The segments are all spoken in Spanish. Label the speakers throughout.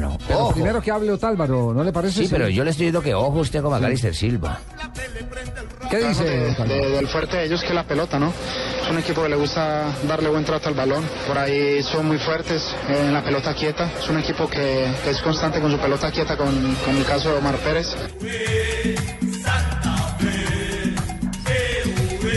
Speaker 1: No,
Speaker 2: Pero
Speaker 3: Oh,
Speaker 1: ojo.
Speaker 2: primero que hable Otálvaro, ¿no le parece?
Speaker 1: Sí, pero yo le estoy diciendo que ojo usted con Macalister Silva.
Speaker 2: ¿Qué dice
Speaker 4: de-
Speaker 2: Otálvaro?
Speaker 4: de- del fuerte de ellos que es la pelota, ¿no? Es un equipo que le gusta darle buen trato al balón. Por ahí son muy fuertes en la pelota quieta. Es un equipo que, que es constante con su pelota quieta, con, con el caso de Omar Pérez.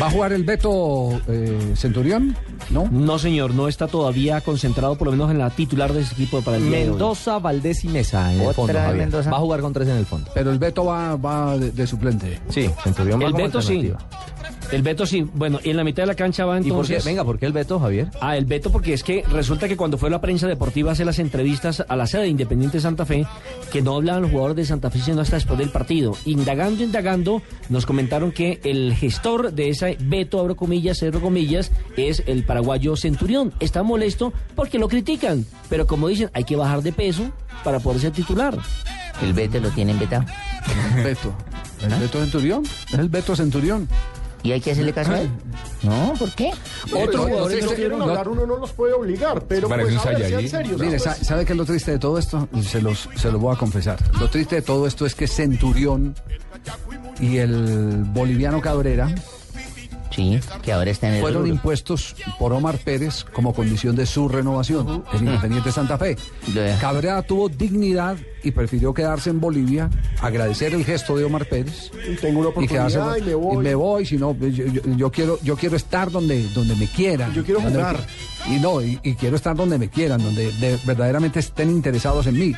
Speaker 2: ¿Va a jugar el Beto eh, Centurión? ¿No?
Speaker 5: No, señor, no está todavía concentrado, por lo menos en la titular de ese equipo para el día de hoy.
Speaker 3: Mendoza, Valdés y Mesa en
Speaker 1: Otra
Speaker 3: el fondo. Javier.
Speaker 1: Mendoza.
Speaker 3: Va a jugar con tres en el fondo.
Speaker 2: Pero el Beto va, va de, de suplente.
Speaker 3: Sí, Centurión va
Speaker 5: El
Speaker 3: como
Speaker 5: Beto sí.
Speaker 3: alternativa.
Speaker 5: El Beto sí. Bueno, y en la mitad de la cancha va
Speaker 3: ¿Y por qué?
Speaker 5: entonces.
Speaker 3: Venga, ¿por qué el Beto, Javier?
Speaker 5: Ah, el Beto, porque es que resulta que cuando fue la prensa deportiva a hacer las entrevistas a la sede de Independiente Santa Fe, que no hablaban los jugadores de Santa Fe sino hasta después del partido. Indagando, indagando, nos comentaron que el gestor de ese Beto, abro comillas, cierro comillas, es el paraguayo Centurión. Está molesto porque lo critican, pero como dicen, hay que bajar de peso para poder ser titular.
Speaker 1: El Beto lo tienen vetado.
Speaker 2: Beto. ¿El Beto Centurión? Es el Beto Centurión.
Speaker 1: ¿Y hay que hacerle caso a él? No, ¿por qué?
Speaker 2: Otro
Speaker 6: Si no quieren hablar, uno no los puede obligar, pero
Speaker 7: Parece
Speaker 6: pues
Speaker 7: un
Speaker 6: a ver,
Speaker 7: Saiyajin.
Speaker 6: sean serios.
Speaker 2: Mire,
Speaker 6: ¿no?
Speaker 2: sa- ¿sabe qué es lo triste de todo esto? Se los, se los voy a confesar. Lo triste de todo esto es que Centurión y el boliviano Cabrera
Speaker 1: Sí, que ahora está en el.
Speaker 2: fueron
Speaker 1: rubro.
Speaker 2: impuestos por Omar Pérez como condición de su renovación en Independiente Santa Fe.
Speaker 1: Lo deja.
Speaker 2: Cabrera tuvo dignidad y prefirió quedarse en Bolivia, agradecer el gesto de Omar Pérez
Speaker 6: Y tengo una
Speaker 2: y
Speaker 6: oportunidad
Speaker 2: quedarse
Speaker 6: y, me voy.
Speaker 2: si no yo, yo- yo quiero yo quiero estar donde donde me quieran.
Speaker 6: Yo quiero
Speaker 2: donde me
Speaker 6: jugar.
Speaker 2: qui- y no, y, y quiero estar donde me quieran, donde de- verdaderamente estén interesados en mí.